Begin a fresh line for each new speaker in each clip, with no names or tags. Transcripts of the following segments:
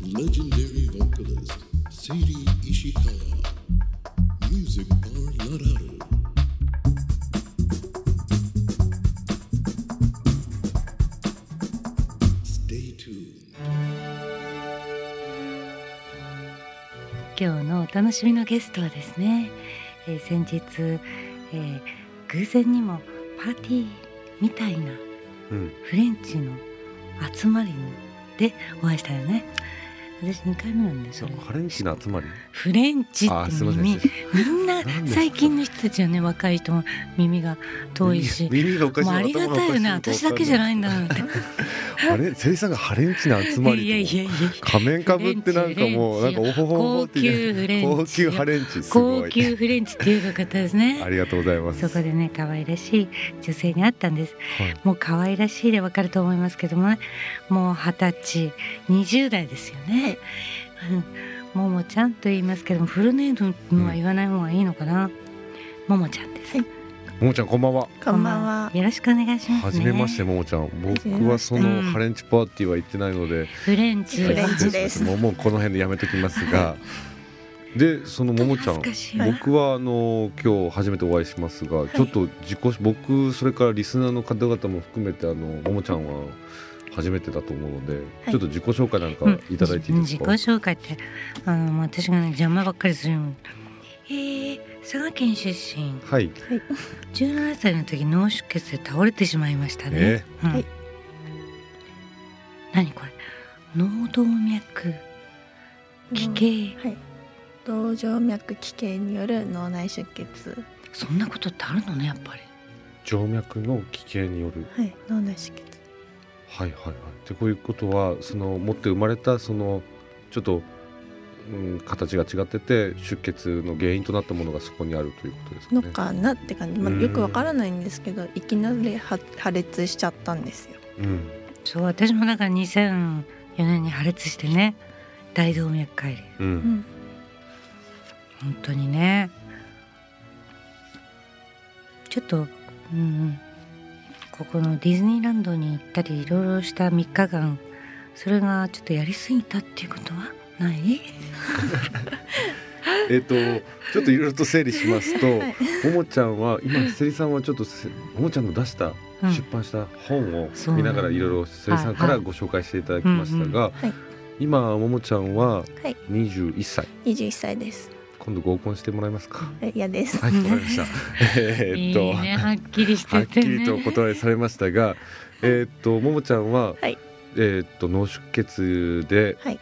legendary vocalist Sadie Ishikawa. Music Bar Lararu. Stay tuned.
今日のお楽しみのゲストはですね、えー先日、えー偶然にもパーティーみたいな
うん
フレンチの集まりにでお会いしたよね私2回目なんです
そう
よ
フレンチの集まり
フレンチ
あ
っ
ー
て
すいません
耳みんな
何ですか
最近の人たちはね若い人も耳が遠いし
耳耳がおかしい
もうありがたいよね私だけじゃないいんだなって
あれ生産がハレンチの集ま
い
り
やいやいや
仮面かぶってなんかもう
フレ
な
ン
ん
チ
かおほほほ
高
っていう
級フレンチよ
高級ハレンチすご
高
い
級フレンチっていう方です
あ
ね
りがとうございます
そこでね可愛らしい女性に会ったんです
はい
もう可愛らしいでわかると思いますけどもねもう二十歳20代ですよね、うん、ももちゃんと言いますけどもフルネームは言わない方がいいのかな、ももちゃんです、
ももちゃんこんばんは
こんばんは。
よろしくお願いしますね
はじめましてももちゃん
じめ
僕は
ま
そ
して
のハレンチパーティーは行ってないので
フレンチ
フレンチです
もうもうこの辺でやめときますがでそのももちゃ
恥ず
ん
かしいわ
僕はあの今日初めてお会いしますが、ちょっと自己僕それからリスナーの方々も含めてあのももちゃんは初めてだと思うので、
はい
ちょっと自己紹介なんか
うん
いただいていいです
自
か、
自己紹介ってあのもう私がね邪魔ばっかりするのえー、佐賀県出身
はい、
17歳の時脳出血で倒れてしまいましたね
え、
うん
はい
何これ脳動脈奇形、
はい。動静脈奇形による脳内出血。
そんなことってあるのねやっぱり
静脈の奇形による
はい。脳内出血。
はいはいはいってこういうことはその持って生まれたそのちょっと、うん、形が違ってて出血の原因となったものがそこにあるということですか
の
ね。
かなって感じ。まあ、よくわからないんですけど、いきなりは破裂しちゃったんですよ。
うん
そう私もだから2004年に破裂してね大動脈解離
う
うんん。
本当にねちょっとうんここのディズニーランドに行ったりいろいろした3日間それがちょっとやりすぎたっていうことはない
えっと、ちょっといろいろと整理しますと、
い
ももちゃんは今、ひせりさんはちょっとせ、ももちゃんの出した、
うん
出版した本を
そう
見ながらいろいろひせりさんか
は
ら
いはい
ご紹介していただきましたが、
はい
今、ももちゃんは
はい
21歳、
二十一歳です。
今度合コンしてもらえますか。
え嫌です。
はい、わかり ました。 えーっと、
いいねはっきりし
はってき
て
り
ね
とお断りされましたが、えーっと、ももちゃんは、
はい
えーっと、脳出血で、
はい。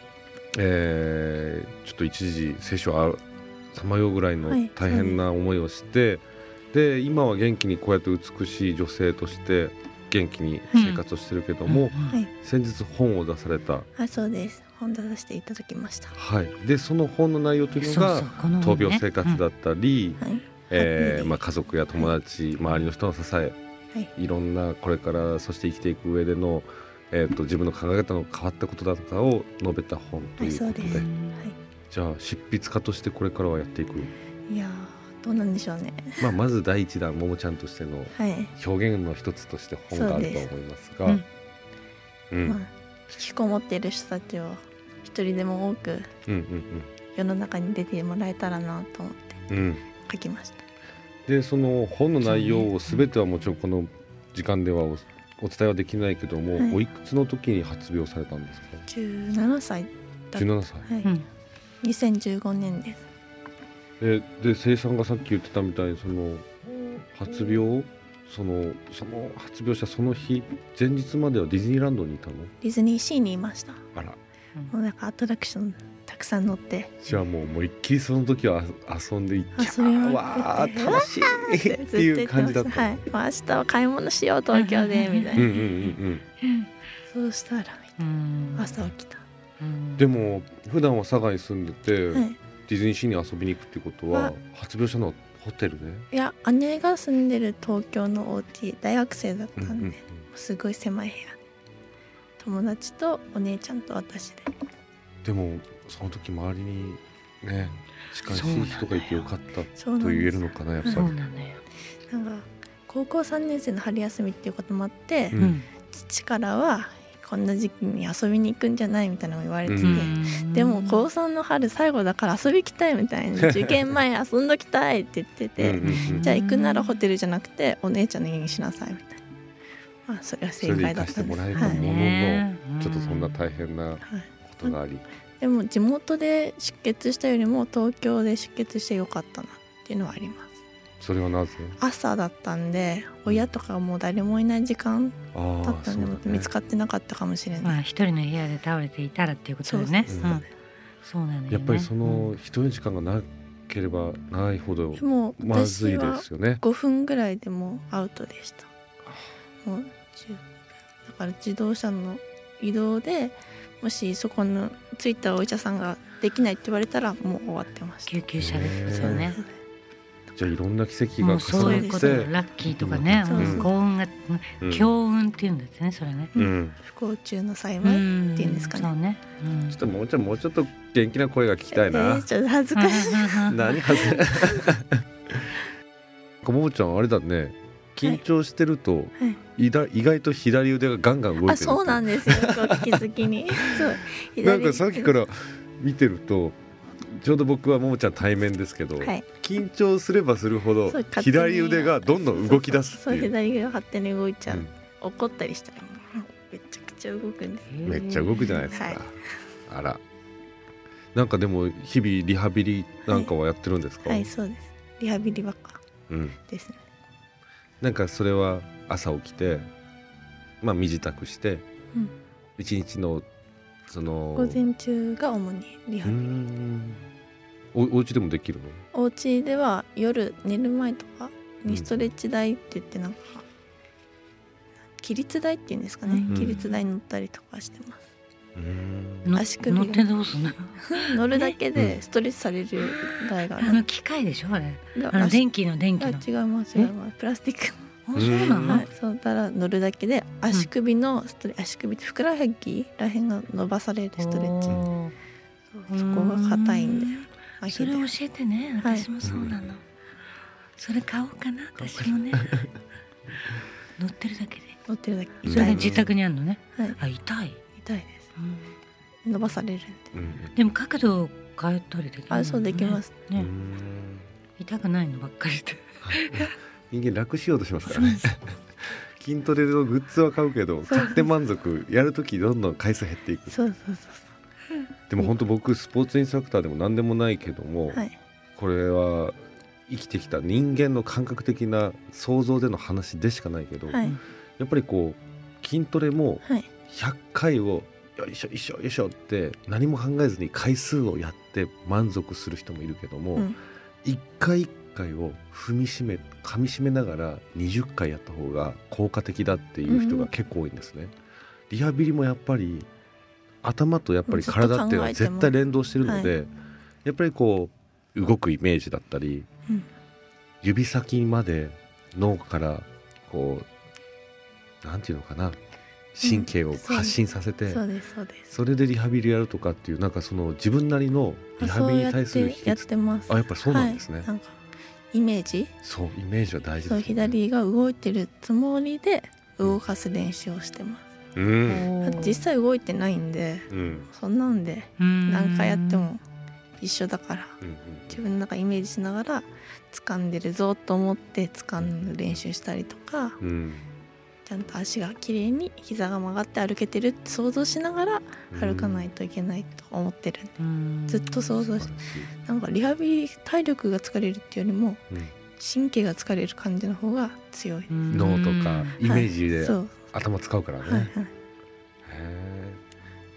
えーちょっと一時精子をさまようぐらいの
はい
大変な思いをして、で今は元気にこうやって美しい女性として元気に生活をしてるけども、
ん
はい
先日本を出された、
あ、そうです。本出させていただきました。は
はい、でその本の内容というのが
この
闘病生活だったり、
い。
えー
はい
まあ、家族や友達、周りの人の支え、、
はい
ろんなこれからそして生きていく上での、えー、と自分の考え方の変わったことだとかを述べた本ということ
はい
で
そうです
じゃあ執筆家としてこれからはやっていく、
いやー、どうなんでしょうね。
まあ、まず第一弾ももちゃんとしての
はい。
表現の一つとして本があると思いますが
そうで
うんうん
まあ、引きこもっている人たちを一人でも多く
うん
世の中に出てもらえたらなと思っ
う
て
んうん
書きました。
でその本の内容を全てはもちろんこの時間ではおお伝えはできないけども、
はい
おいくつの時に発病されたんですか
17歳だ
17歳
はい、
うん
2015年です
えで生産がさっき言ってたみたいにその発病そのその発病したその日前日まではディズニーランドにいたの
ディズニーシーにいました
あら
う
もうなんかアトラクションたくさん乗って
じゃあもう思いっきりその時はあ遊んでいっ
遊
キャ
び
ー
まくって
わー楽しい
ず
っていう感じだったの、
はい、まあ、明日は買い物しよう東京でみたい
うん
な、
うんうん
そうしたら
ん
朝起きた、
うんでも普段は佐賀に住んでて、
はい、
ディズニーシーに遊びに行くってことは、
はい
発病したのはホテルね、
いや姉が住んでる東京のお家大学生だった
うんうん
で、
ん
すごい狭い部屋友達とお姉ちゃんと私で
でもその時周りにね近い
そうなんだよ
人がいてよかった
そう
と
な
言
ん
え
で
る
す
のかなやっぱり、
そうなのよ、
なんか高校3年生の春休みっていうこともあって、
う
うんん
父からは「ここんな時期に遊びに行くんじゃないみたいなのも言われてて、
うん
でも高3の春最後だから遊び行きたいみたいな受験前遊んどきたいって言ってて、
うんうんうん
じゃあ行くならホテルじゃなくてお姉ちゃんの家にしなさいみたいなまあそれは正解だったんです
それで行かせてもらえる
は
か
い
も
ね
ちょっとそんな
イ
大変な
はい
ことがあり、
でも地元で出血したよりも東京で出血してよかったなっていうのはあります
それはなぜ
朝だったんで親とかもう誰もいない時間だ
あ
っ
あ、
た
そ
ん
う
で、
だね
見つかってなかったかもしれない、
まあ一人の部屋で倒れていたらっていうことでね
そううんそうそう
そうなのよね
やっぱりそうの
ん
人の時間がなければないほど
でも
まず
私
いで
は
すよね。
5分ぐらいでもうアウトでしたもう十分だから自動車の移動でもしそこの着いたお医者さんができないって言われたらもう終わってました
救急車ですよね
じゃあいろんな奇跡
も
が
うそう
重
いう
な
こ
っ
と
て、
よラッキーとかね、
そう
うん幸運が
うん
強運っていうんですねそれね、
うん、
不幸中の幸
う
い
ん
っていうんですかね
そうね、うん
ちょっともうちょっともうちょっと元気な声が聞きたいな
えー。ちょっと恥ずかしい
何は ず。ももちゃんあれだね。緊張してると、
はい
いだ意外と左腕がガンガン動いてる
あそうなん
だ。
ですよお聞きづきにそう
な
左
んかさっきから見てると。ちょうど僕はももちゃん対面ですけど、
はい
緊張すればするほど
そう勝手に
左腕がどんどん動き出すって
そうそうそう
いう
左腕が勝手に動いちゃう、
うん
怒ったりしたらもうめちゃくちゃ動くんです
めっちゃ動くじゃないですか、
はい
あらなんかでも日々リハビリなんかはやってるんですか、
はいそうですリハビリばっか
うん、
ですね
なんかそれは朝起きてまあ身支度して
うん
一、日のその
午前中が主にリ
う
ハ
ー
ビリ、
んおお家でもできるの
お家では夜寝る前とかにストレッチ台って言ってなんか起立台っていうんですかね、
うん
起立台に乗ったりとかしてます
うーん
の
足首 が
乗ってどうすんの
乗るだ
う
けで
ん
ストレッチされる台があ
あ
る
の機械でしょあれ
だ
あ
から
の電気の電気
あ
のあ
違います
え
違いますプラスチック
そうな
うん
の
はい、そうたら乗るだけで足首のストレ、足首ってふくらはぎらへんが伸ばされるストレッチ
おー
そうそこが硬いんで
う
アヒ
そ
ル
れ教えてね
はい
私もそうなの、それ買おうかな私もね 乗ってるだけで
乗ってるだけ
うん
それ
痛
が
い、
自宅にあるのね
はい、
あ痛い、
痛いです
うん
伸ばされるんで
うん
でも角度を変えたりできるのね
あそうできます
うー
ね
ん
痛くないのばっかりで
人間楽しようとしますからね 筋トレのグッズは買うけど買って満足やるときどんどん回数減っていく
そうそうそうそ
でも本当僕スポーツインストラクターでも何でもないけども、
うはい
これは生きてきた人間の感覚的な想像での話でしかないけど、
はい
やっぱりこう筋トレも
はい
100回をよいしょよいしょよいしょって何も考えずに回数をやって満足する人もいるけども、
うん
一1回1回を踏みしめ噛みしめながら20回やった方が効果的だっていう人が結構多いんですね。リハビリもやっぱり頭とやっぱり体っていうのは
ずっ
絶
と考えても
対連動してるので、やっぱりこう動くイメージだったり
うん
指先まで脳からこうなんていうのかな神経を
そう
発信させて、
そうですそうです
それでリハビリやるとかっていうなんかその自分なりのリハビリに対する秘
そうやってやっ
訣
てます
あやっぱりそうなんですね、
はい、なんかイメージ
そうイメージは大事
そう
ですよね
左が動いてるつもりで動かす練習をしてま
うん、
す、実際動いてないんで
うんうん
そんなんで
何
何回やっても一緒だから
うん
自分の中イメージしながら掴んでるぞと思って掴んで練習したりとか
うん
ちゃんと足が綺麗に膝が曲がって歩けてるって想像しながら歩かないといけないと思ってるんでずっと想像し
素晴
て
らしい
なんかリハビリ体力が疲れるっていうよりも
うん
神経が疲れる感じの方が強い
脳とかイメージで
そう
頭使うからね、
はいはい
へ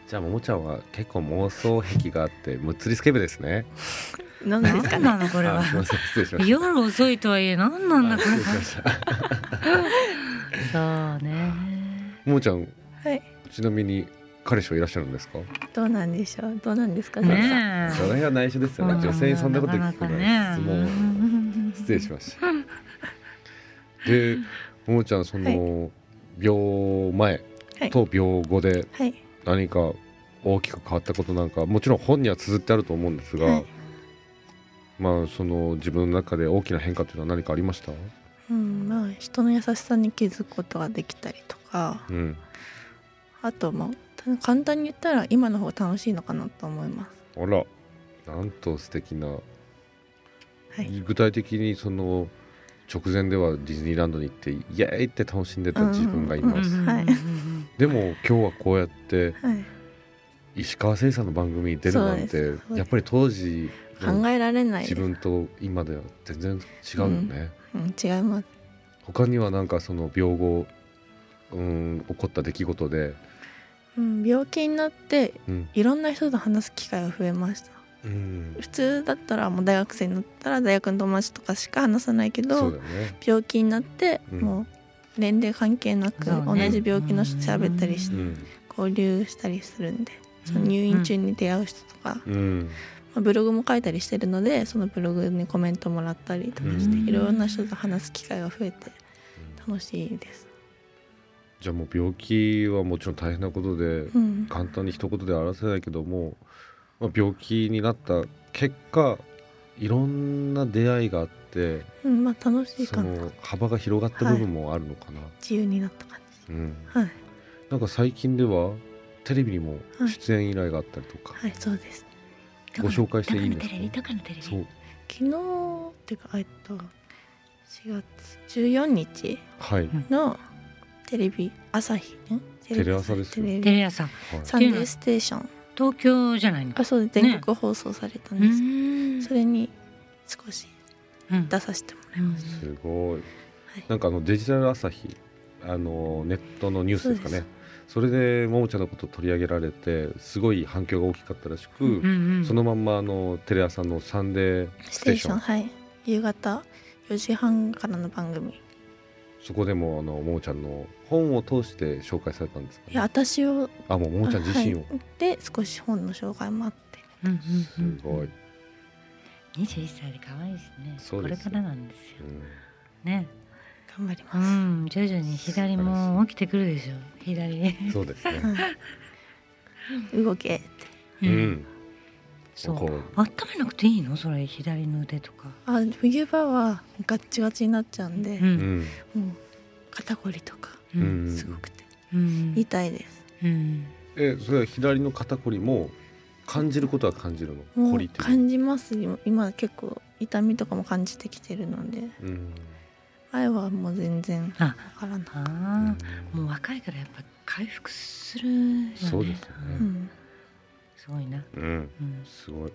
ーじゃあももちゃんは結構妄想癖があってむっつりスケベですね
何
何
ですか ね
なのこれ
あ
は
すいません失礼しました
夜遅いとはいえ何なんだ
あ
こ
失
れ
礼しました
そうね
ももちゃん
はい
ちなみに彼氏はいらっしゃるんですか
どうなんでしょうどうなんですかね
ね
その辺は内緒です
え
よね女性にそんなこと聞くのは
なかなか
もう
ね
失礼しましたでももちゃんその病前
はい
と病後で
はい
何か大きく変わったことなんかもちろん本には綴ってあると思うんですが、
はい
まあその自分の中で大きな変化というのは何かありました
うんまあ人の優しさに気づくことができたりとか
うん
あとまあた簡単に言ったら今の方が楽しいのかなと思います
あらなんと素敵な、
はい
具体的にその直前ではディズニーランドに行ってイエーイって楽しんでた自分がいます、
うんうんうんはい
でも今日はこうやって
はい
石川聖さんの番組に出るなん
そう
て
ですそうです
やっぱり当時の
考えられないで
自
す
分と今では全然違うよね、
うん、違います
他にはなんかその病後うん起こった出来事で、
うん、病気になって
うん
いろんな人と話す機会が増えました
うん、
普通だったらもう大学生になったら大学の友達とかしか話さないけ
そう
ど、
だよね、
病気になって
うん
もう年齢関係なく
そう
同
ね
じ病気の人と喋ったりし
う
て
ん
交流したりするんでその
うん
入院中に出会う人とか、ま
うん、
あブログも書いたりしてるのでそのブログにコメントもらったりとかし
う
て、
ん
いろんな人と話す機会が増えて楽しいです。
じゃあもう病気はもちろん大変なことで、
うん、
簡単に一言では表せないけども、まあ、病気になった結果いろんな出会いがあって
うん、まあ楽しい
そ
かな
の幅が広がった部分もあるのかな、
自由になった感じ。
うん、
はい、
なんか最近ではテレビにも出演依頼があったりとか、
はい、そうです。
ご紹介していいんですか
どこのテレビどこ
そ
のテレビ
う
昨日っていうかえっと4月14日
はい、
のテレビ朝日ん
テレ朝ですよ
テレ
テ
ビ
レ朝
はい
サンデーステーション
東京じゃないの
あそうです全国放送されたん
う
です、
ん
それに少し
うん
出させてもらいます、
すごい
はい
なんかあのデジタル朝日あのネットのニュースですか
そう
ね
で
それでももちゃんのこと取り上げられてすごい反響が大きかったらしく、
うんうん
そのまんまあのテレ朝の「サンデース
ス
テ
テ
ー
ー
シ
シ
ョ
ョ
ン
ン」はい夕方4時半からの番組
そこでもあのももちゃんの本を通して紹介されたんですか
いや
ね
私を
あもうももちゃん自身を、
はいで少し本の紹介もあって
うんうんうん
すごい、うん
21歳で可愛いしね
そ
こ
うで
れ
す
からなんですよね
頑張り
う
ます、
ん徐々に左も起きてくるでしょ左
そうですね
うん動けって
う、
うんんそう
こう
温めなくていいのそれ左の腕とか
あ冬場はガッチガチになっちゃうんで、
う
うん
ん
もう肩こりとか
う
うんん
すごくて
うん
痛いです、
うん
えそれは左の肩こりも感じることは感じるの
も
こ
う
りっていうの
感じますよ今結構痛みとかも感じてきてるので
うん
前はもう全然
あ
わからない、
ああもう若いからやっぱ回復するよね
そうですよね
うん、
すごいな
うん
うん
すごい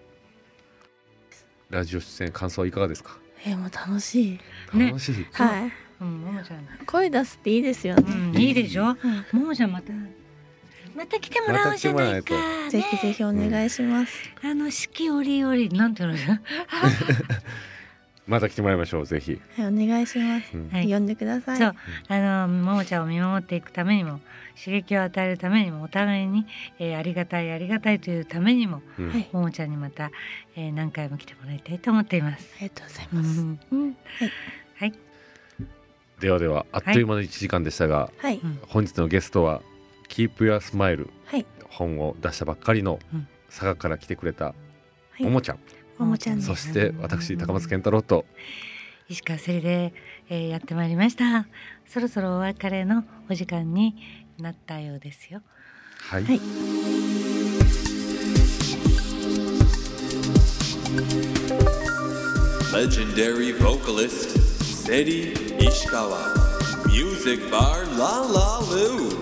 ラジオ出演感想はいかがですか
えもう楽しい
ね
楽しい、
は
うんももちゃん
い声出すっていいですよ
う
ね、
んいいでしょ
うん
ももちゃんまたまた来てもらおうじゃないか
また来てもら
ぜひぜひお願いします、
あの四季折々なんていうの
また来てもらいましょうぜひ、
はいお願いします、
うん
はい
呼んでください
そうあのももちゃんを見守っていくためにも刺激を与えるためにもお互いに、えーありがたいありがたいというためにも
うん
はい
ももちゃんにまた、えー何回も来てもらいたいと思っています。
ありがとうございうます、
んうんはい、
ではではあっという間の1時間でしたが、
はい、
うん
本日のゲストは「Keep Your Smile
はい」
本を出したばっかりの
うん
佐賀から来てくれた
はい
ももちゃん、
ももちゃんです
そして私高松健太郎と
石川せりで、えーやってまいりました。そろそろお別れのお時間になったようですよ。
はい、
はい
legendary vocalist Seri Ishikawa. Music bar La La Lu.